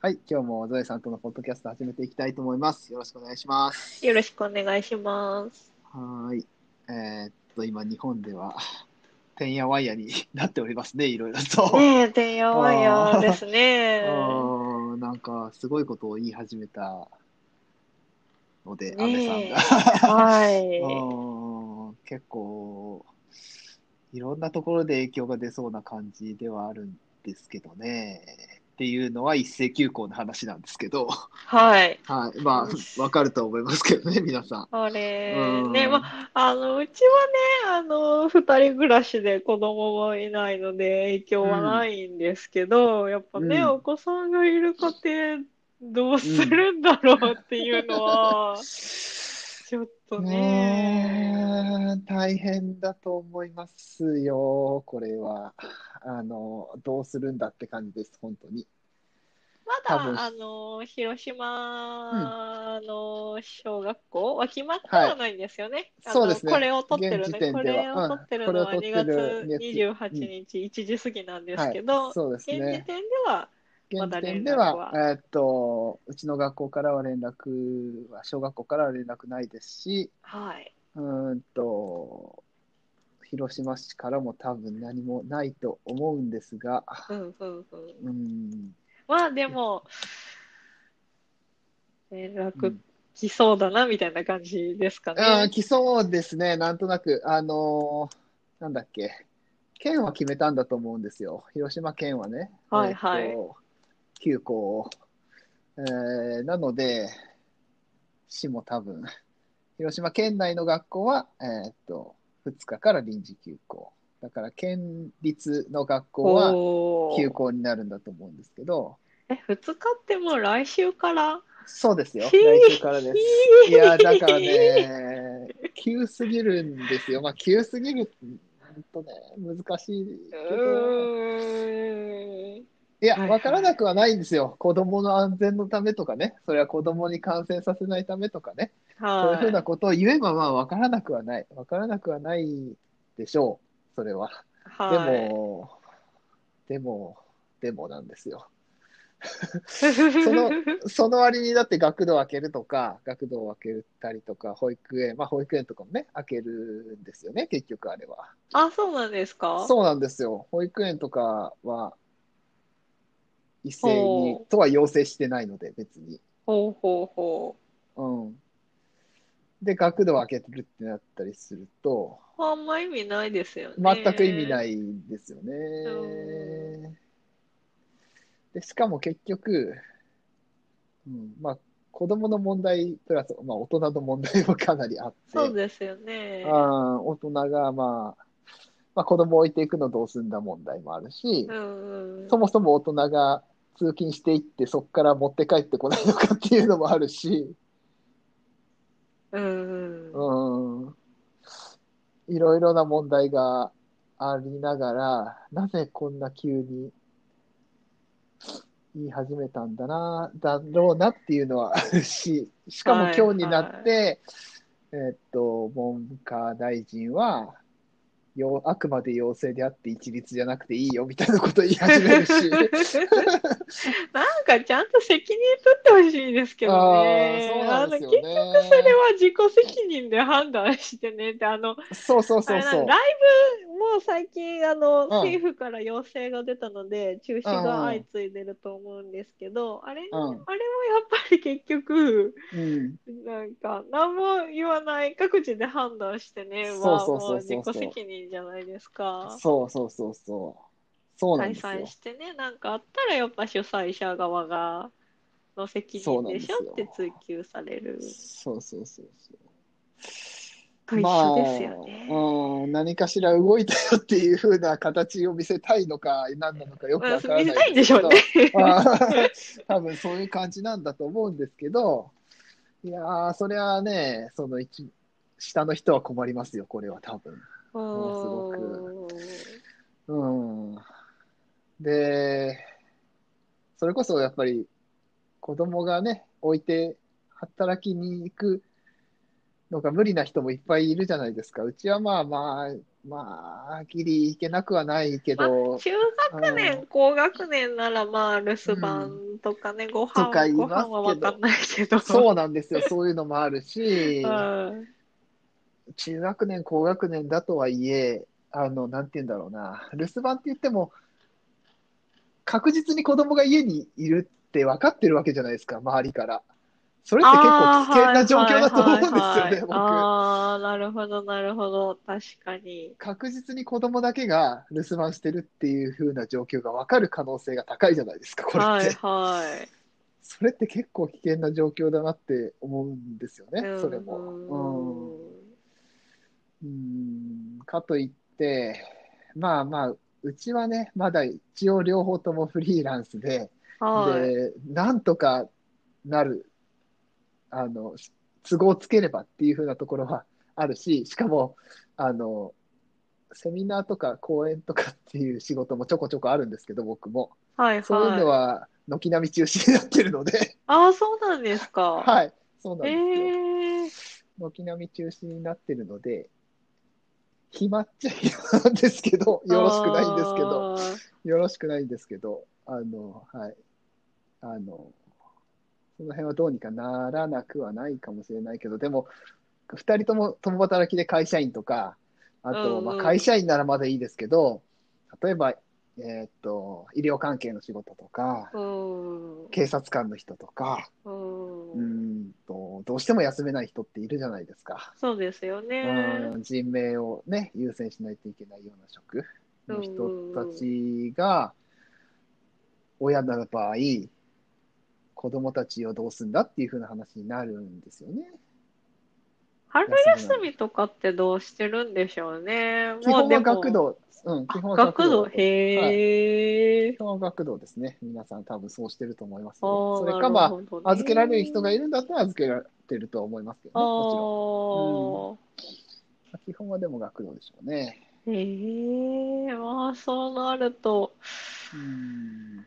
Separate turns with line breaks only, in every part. はい、今日もゾエさんとのポッドキャスト始めていきたいと思います。よろしくお願いします。
よろしくお願いします。
はーい。えーっと、今、日本では、てんやわんやになっておりますね、いろいろと。
ねえ、てんやわんやです
あ
ね。
ーなんか、すごいことを言い始めたので、安部さん
ねえ
が。
は い。
うん結構、いろんなところで影響が出そうな感じではあるんですけどね。っていうのは一斉休校の話なんですけ ど、
はい。
はい、まあ、わかると思いますけどね、皆さ
あれ
うん
ね、まあ、あの、うちはね、あの、二人暮らしで子供もいないので影響はないんですけど、やっぱね、
うん
お子さんがいる家庭、どうするんだろうっていうのは、ちょっと
ん。
ね、
ねえ大変だと思いますよ、これは。あの、どうするんだって感じです、本当に。
ま
多分
だ、あの、広島の小学校は決まってはないんですよね。
はい
あの
そうですね
これを取ってる
現時
ね、
点
こ
では
れを取ってるのは
うんこれを取ってる
2月28日1時過ぎなんですけど、
そうです
現時
ね
点。では、
現時点で
ま
は、
だ連絡
えーっと、うちの学校からは連絡は、小学校からは連絡ないですし、
はい。
うーんと、広島市からも多分何もないと思うんですが、
うんうんうん。
うーん、
まあでも、連絡来そうだなみたいな感じですか
うん、
ね。
来そうですね、なんとなく、あのーなんだっけ、県は決めたんだと思うんですよ、広島県はね、
はいはい
えーと9校を、えーなので、市も多分広島県内の学校は、えーっと2日から臨時休校、だから県立の学校は
おー
休校になるんだと思うんですけど、
え、2日ってもう来週から
そうですよ、
ひー
来週からです。いや、だからね、急すぎるんですよ。まあ、急すぎるとね、難しいうけど、
ーん。
いや、
はいはい
わからなくはないんですよ。子供の安全のためとかね、それは子供に感染させないためとかね、そういうふうな
は
ことを言えば、まあ、わからなくはない。わからなくはないでしょう、それは。
い。
で
はい。
も、でも、でもなんです よ。のその割にだって学童を開けるとか、学童を開けたりとか、保育園、まあ保育園とかもね、開けるんですよね、結局あれは。
あ、そうなんですか
そうなんですよ。保育園とかは、一斉にとは要請してないので、別に。
ほうほう
う
ほ
ん。で、学童を開けてるってなったりすると、
う。あんま意味ないですよね。。
全く意味ないいんですよね。
う
でしかも結局、うん、まあ子供の問題プラス、まあ、大人の問題もかなりあって、
そうですよね。
あー大人が、まあ、まあ子供を置いていくのどうすんだ問題もあるし、
うんうん。
そもそも大人が通勤していってそこから持って帰ってこないのかっていうのもあるし。
うんうん。
うんいろいろな問題がありながら、なぜこんな急に言い始めたんだな、だろうなっていうのはあ るし、しかも今日になって、えっと、文科大臣は、よあくまで要請であって一律じゃなくていいよみたいなこと言い始めるし、
なんかちゃんと責任取ってほしい ですけどね。
あーそうなんですよね
あの結局それは自己責任で判断してねって、あの、
そうそう
あ
そう
れな
そ
ん
う
ラ。イブも最近あの、
ん
政府から要請が出たので中止が相次いでると思うんですけど、あれあれ
うん
もやっぱり結局
うん、
なんか何も言わない各自で判断してね
そう
は
そうそ
も
う
う
そう
自己責任じゃないですか。
そうそうそうそう。そうなん
開
ですよ。
催してねなんかあったらやっぱ主催者側がの責
そう
任
なんで
ですし
よ
ょって追及される
そうそうそうそう。
と一緒ですよね。
まあうん、何かしら動いたよっていう風な形を見せたいのか、何なのかよく
まあ
わからない
見せたいんでしょうね。
あー多分そういう感じなんだと思うんですけど、いやー、それはね、その一、下の人は困りますよ、これは多分。あ すごくうん。で、それこそやっぱり子供がね、置いて働きに行くのが無理な人もいっぱいいるじゃないですか。うちはまあまあ、まあ、ギリいけなくはないけ
まあ、
ど、
中学年、高学年なら、まあ、留守番とかね、ご飯
とか言い
ご
ますけ
飯
ど
は分かんないけど。
そうなんですよ。そういうのもある
う
し、
ん。
中学年、高学年だとはいえ、あの、なんて言うんだろうな、留守番って言っても、確実に子供が家にいるって分かってるわけじゃないですか、周りから。それって結構危険な状況だと思うんです
あー
よ
はいはいはい
ね、
はい
僕。
あー、なるほど、なるほど。確かに。
確実に子供だけが留守番してるっていう風な状況が分かる可能性が高いじゃないですか、これって。
はいはい。
それって結構危険な状況だなって思うんですよね、それも。うんうんかといって、まあまあ、うちはね、まだ一応両方ともフリーランスで、
はい。
で、なんとかなる、あの、都合つければっていう風なところはあるし、しかも、あの、セミナーとか講演とかっていう仕事もちょこちょこあるんですけど、僕も。
はい
そういうの
はい。
は軒並み中止になってるので、
ああ、そうなんですか。
はい、そうなん
え
ですよ。
えー。
軒並み中止になってるので、暇っちゃ暇なんですけど、よろしくないんですけど、
あー。
よろしくないんですけど、あの、はい。あの、その辺はどうにかならなくはないかもしれないけど、でも、2人とも共働きで会社員とか、あ
うんう
と、
ん
まあ、会社員ならまだいいですけど、例えば、えーっと、医療関係の仕事とか、
うん。
警察官の人とか、うー
うん。
んと、どうしても休めない人っているじゃないですか。
そうですよね。
うん人命をね優先しないといけないような職の人たちが親なら場合子供たちをどうすんだっていう風な話になるんですよね。
春休みとかってどうしてるんでしょうね。
基本
も
は
うでも
学。童、うん、基本は
学
学童
童、へえ
基。本は学童ですね。皆さん多分そうしてると思います
あ
ね、
ー
それかま
なるほどね
あ預けられる人がいるんだったら預けられてると思いますけど
あ
ね。も
ー
ちろん基本はでも学童でしょうね。
へえ。まあ、そうなると、
うん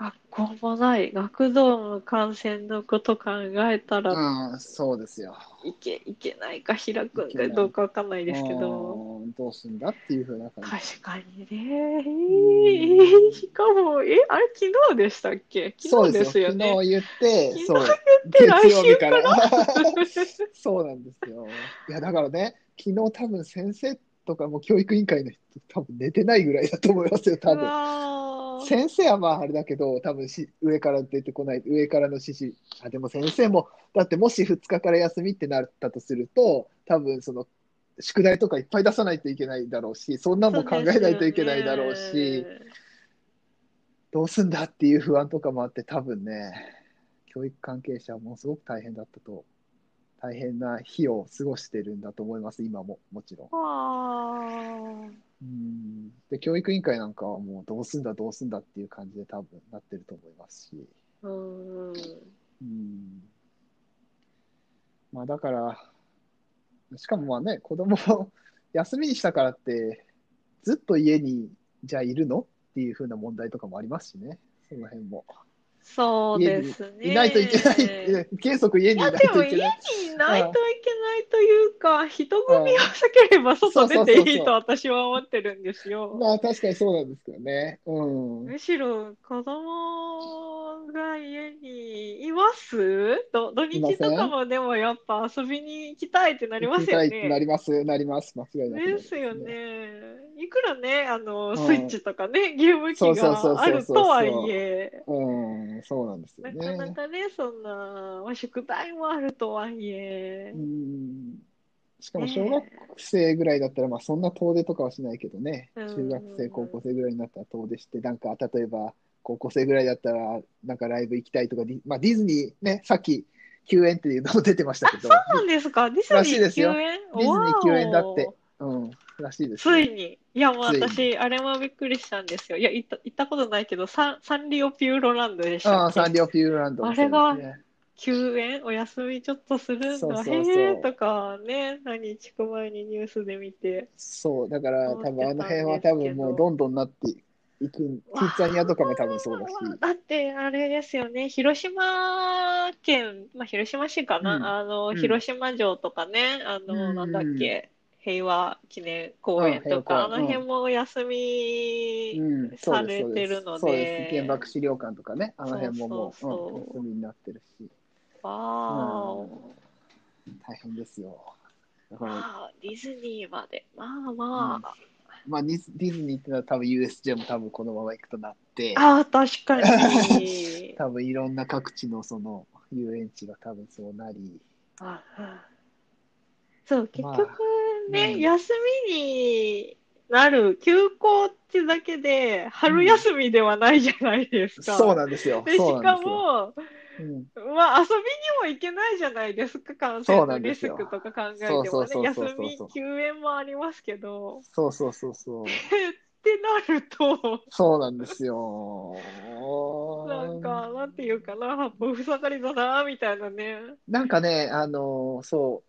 学校もない、学童の感染のこと考えたら、
うん、そうですよ。
いけ、いけないか開くん
いけな
か
い
どうかわかんないですけど。
うんどうすんだっていうふうな感じ
確かに
う
ね。
ん
しかも、え、あれ昨日でしたっけ
そう
昨日で
です
す
よ
よね。
昨日言って、
昨
そう、
言って
月曜日から。
週
そうなんですよ。いや、だからね、昨日多分先生とかも教育委員会の人、多分寝てないぐらいだと思いますよ、多
う
分。
わー
先生はまああれだけど、多分し上から出てこない、上からの指示。あ、でも先生も、だってもし2日から休みってなったとすると、多分その、宿題とかいっぱい出さないといけないだろうし、そんなんも考えないといけないだろう
そ
し、
ですよね
どうすんだっていう不安とかもあって、多分ね、教育関係者はものすごく大変だったと、大変な日を過ごしてるんだと思います、今も、もちろん。
あ
うんで、教育委員会なんかはもう、どうすんだ、どうすんだっていう感じで、多分なってると思いますし。
ーう
う
ん
んまあ、だから、しかもまあね、子供を 休みにしたからって、ずっと家に、じゃあいるのっていうふうな問題とかもありますしね、その辺も。
そうですね。
いないといけない
いや、
ね、原則家にいない
でも
とい
家
け
に
ない。
いないといけないというか、人混みを避ければ外出ていいと私は思ってるんですよ。
まあ確かにそうなんですけどね。うん。
むしろ子供が家にいますど土日とかもでもやっぱ遊びに行きたいってなりますよ
行きたいな
ね。
ります、なります。間違いなくなりま
ですよ。ね。いくらね、あの、スイッチとかね、ゲーム機
そうそうそうそう
が
そう
あるとはいえ、
うん、そうなんですよ
なかな
ね。
かね、そんな、まあ宿題もあるとはいえ
う、ん。しかも
ね
小学生ぐらいだったら、まあそんな遠出とかはしないけどね。
うん
中学生、高校生ぐらいになったら遠出して、なんか例えば高校生ぐらいだったら、なんかライブ行きたいとか、ディまあディズニーね、さっき休園っていうのも出てましたけ ど、
そうなんですかディズ
ら
ニ
しい
ー
です
休
よ
園
ディズニー休園だって
わお
うん、らしいです
つ
ね
いに。いや、もう
ついに
私、あれもびっくりしたんですよ。いや、行った行ったことないけど、サンサンリオピューロランドでした
あ
っ
あ、
け
サンリオピューロランドもそうです
あれ
ね。
休園お休みちょっとするんだ。
そうそうそう
へえとかね、何日か前にニュースで見て。
そう、だから多
思って
分
た
あ
ん
の
ですけど
辺は多分もうどんどんなっていく、キッザニアとかも多分そうだし、
だって、あれですよね、広島県、まあ、広島市かな、
うん
あの、
うん
広島城とかね、あの、
うん
なんだっけ、平和記念公園とか、
うん平和公園
あの辺もお休み
うん、
されてるので
そうです原爆資料館とかねあの辺ももう
そうそうそう
うん休みになってるし
は、
大変ですよだか
ま
ら
あ、ディズニーまで、まあまあ、
まあディズディズニーってのは多分 USJ も多分このまま行くとなって
ああ、確か
。
に
多分いろんな各地のその遊園地が多分そうなり
ああそう、結
まあ
局ね、
うん
休みになる休校ってだけで、春休みではないじゃないですか。
そうなんですよ
で、し
そうなん
か
ですよ、
も、
うん
まあ、遊びにも行けないじゃないですか、感染のリスクとか考えてもね
そうなんですよそうそうそう
休
そう
み、休園もありますけど、
そうそうそうそう
ってなると、
そうなんですよ
なんか、なんていうかな、八方塞がりだな、みたいなね。
なんかね、あのそ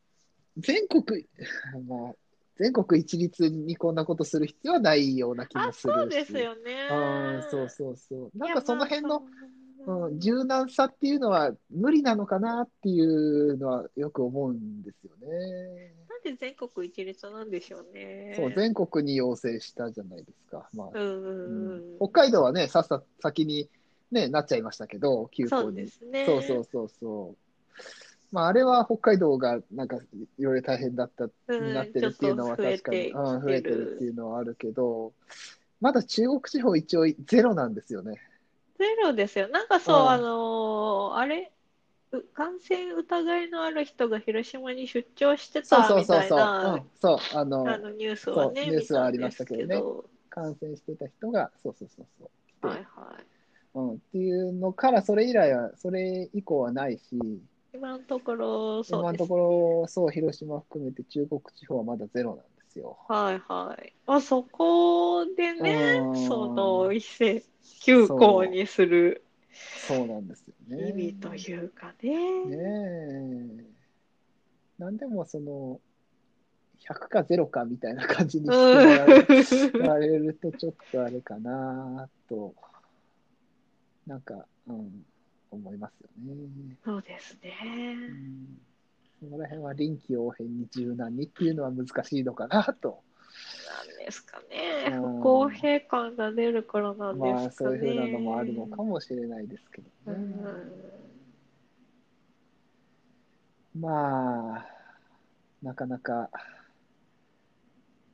う、全国、 まあ、全国一律にこんなことする必要はないような気
あ、
もするし。
そうですよね。
うんそうそうそう。なんかその辺の、
いやまあ
うん、柔軟さっていうのは無理なのかなっていうのはよく思うんですよね。
なんで全国一律なんでしょうね。
そう、全国に要請したじゃないですか。まあ
う、
うん
うん。
北海道はね、さっさ先に、ね、なっちゃいましたけど、休
そ
校
うで
に。
すね。
そうそうそうそう。まあ、あれは北海道がなんかいろいろ大変だった
うん。
になってるっていうのは確かに、
ちょっと
うん、増
増
えて
えて
るってい
る。
うのはあるけど、まだ中国地方一応ゼロなんですよね。
ゼロですよ。なんかそう、
うん
あのーあれう感染疑いのある人が広島に出張して
そう
た
そう
み
そう
たい
そう、う、
なん
そう、あの、
あのニュースはね、
そうニュースはありましたけどね
見たんです
感染してた人が、そうそうそうそう、
けどはいはい。
うん、っていうのから、それ以来は、それ以降はないし、
今のところ、そう
今の
で
と
す
ころ、そう、広島含めて中国地方はまだゼロなんですよ。
はいはい。まあ、そこでね
うん、
その一斉休校にする
そうなんですよね。
意味というかね。
ねえ。なんでもその、100か0かみたいな感じにしてもらう言われるとちょっとあれかなと、なんか、うん、思いますよね。
そうです
う
ね。
ん、そこら辺は臨機応変に柔軟にっていうのは難しいのかなと、
なんですかね。
うん
不公平感が出るからなん
ま
で
あ
すか
そう
ね。
いうふうなのもあるのかもしれないですけど
う
ね。
ん
まあ、なかなか、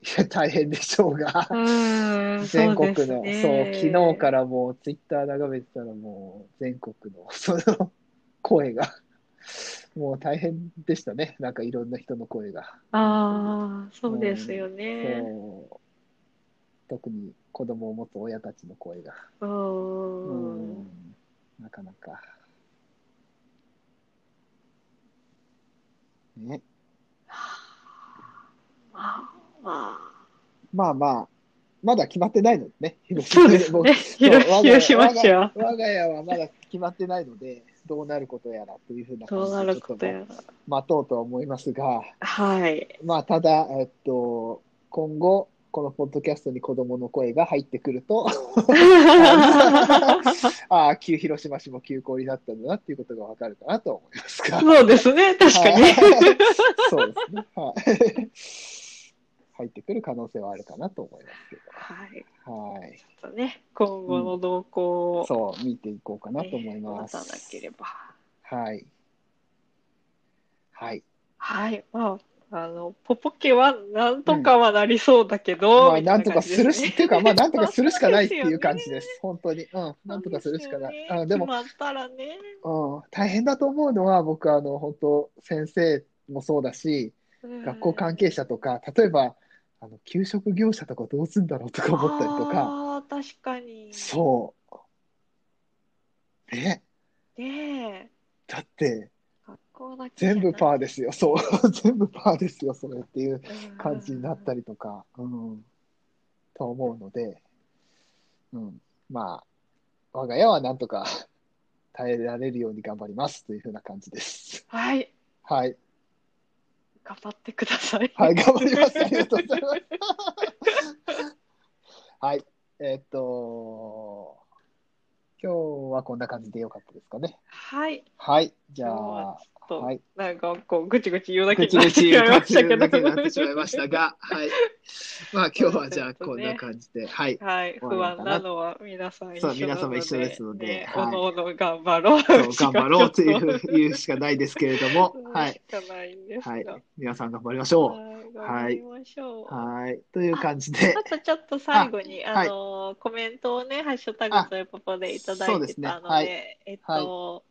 いや大変でしょうが。
うん。
全国の、そう,、昨日かららもうツイッター眺めてたらもう全国のその声が、もう大変でしたね。なんかいろんな人の声が。
ああ、そうですよね。
そう特に子供を持つ親たちの声が。
う。
うんんなかなか。ね。
まあま
まあまあ、まだ決まってないのでね。
あ。
広
そう
島
ですね。
僕そう
広島市は。
我が家はまだ決まってないので、どうなることやらというふうな
どうな
感じ
る
でちょ
こ
っ
と
と
や
ま
ら。
待とうとは思いますが、
はい。
まあ、ただ、えっと、今後、このポッドキャストに子供の声が入ってくる と、ああ、旧広島市も休校になったんだなっていうことがわかるかなと思います が。
そうですね、確かに。
はいそうですね。はい。 入ってくる可能性はあるかなと思いますけ
はい。
ど。はい。
ちょっとね、今後の動向を、
そう、見ていこうかな
ね
と思います。
待たなければ。
はい。はい。
はい。まあ、あの、ポポケはなんとかはなりそうだけど、
まあ、
みた
ないんとか
感じ
す
で
る
す
し、
ね
っていうか、まあ、なんとかするしかないっていう感じ
そう
です。本当に。うん。なんとかするしかない。
そうですよね
あでも、
決まったらね。
うん、大変だと思うのは、僕は、あの、本当先生もそうだし、学校関係者とか、例えば、あの、給食業者とかどうするんだろうとか
と
思ったりとか、
ああ、確かに。
そう。ね。
ねえ。
だって、
学校だけ。
全部パーですすよ。そう。 全部パーですよ、それっていう。
うん
感じになったりとか、うん、と思うので、うん、まあ、我が家はなんとか耐えられるように頑張りますというふうな感じです。
はい。
はい。
頑張ってください。
はい、頑張ります。ありがとうございます。はい。えっと、今日はこんな感じでよかったですかね。
はい。
はい。じゃ
今日は
あ、
と、
はい。
なんかこう、ぐちぐち言うだけに
口
な
々
ってし
言
ま
う
いましたけ
だ
ど
け。になってしまいました が、はい。まあ今日はじゃあこんな感じで、はい。
はい、
終
不
わり
安
かな
なのは皆さん一緒
そう
なので、
皆様一緒ですので
ね
はい
おのおの頑張ろう。
そう頑張ろうとい
しか
う言うしかないですけれども、は
し
い。
かないんですが。
はい
はい。
皆さん頑張りましょ
頑張りましょう。
う。はい。という感じで
あ、とちょっと最後に、
あ
あのコメントをね、ハッシュタグというポポでいただ
そう
い
で
て
すね
たので、
はい
えっと、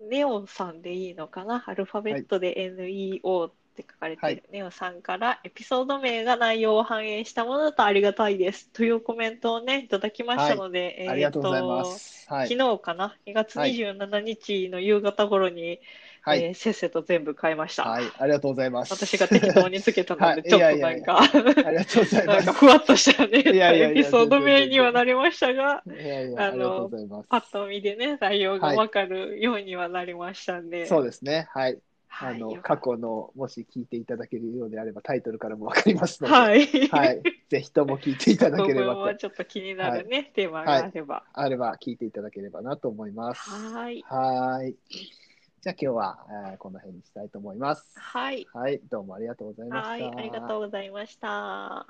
ネオさんでいいのかなアルファベットで NEO って書かれてる、
はい
ネオさんから、エピソード名が内容を反映したものだとありがたいですというコメントをね、いただきましたので、えっ
ありがとうございます。はい。
昨日かな ?2 月27日の夕方頃に、
はい。
えーせっせと全部買いました。
はい。ありがとうございます。
私が適当につけたの
はい
で、ちょっとなんか、
ありがとうご ざい
な
ま
ん
す
か。ふわっとしたね、
いやいやいや
エピソード名にはなりましたが、
いやいや、あ
あの
りがとうございます。
パッと見でね、内容がわかるようにはなりましたんで、
そうですね。はい。
は
あ
い、
の、
よか
過去の、もし聞いていただけるようであれば、タイトルからもわかりますので、
はい、
はい。ぜひとも聞いていただ
こ
け
こ
れば
は
と、
ちょっと気になるね、テーマがあれば。
あれば聞いていただければなと思い ます。
はい、
はーい。じゃあ今日は、えーこの辺にしたいと思います。
はい、
はい。どうもありがとうございました。
はい、ありがとうございました。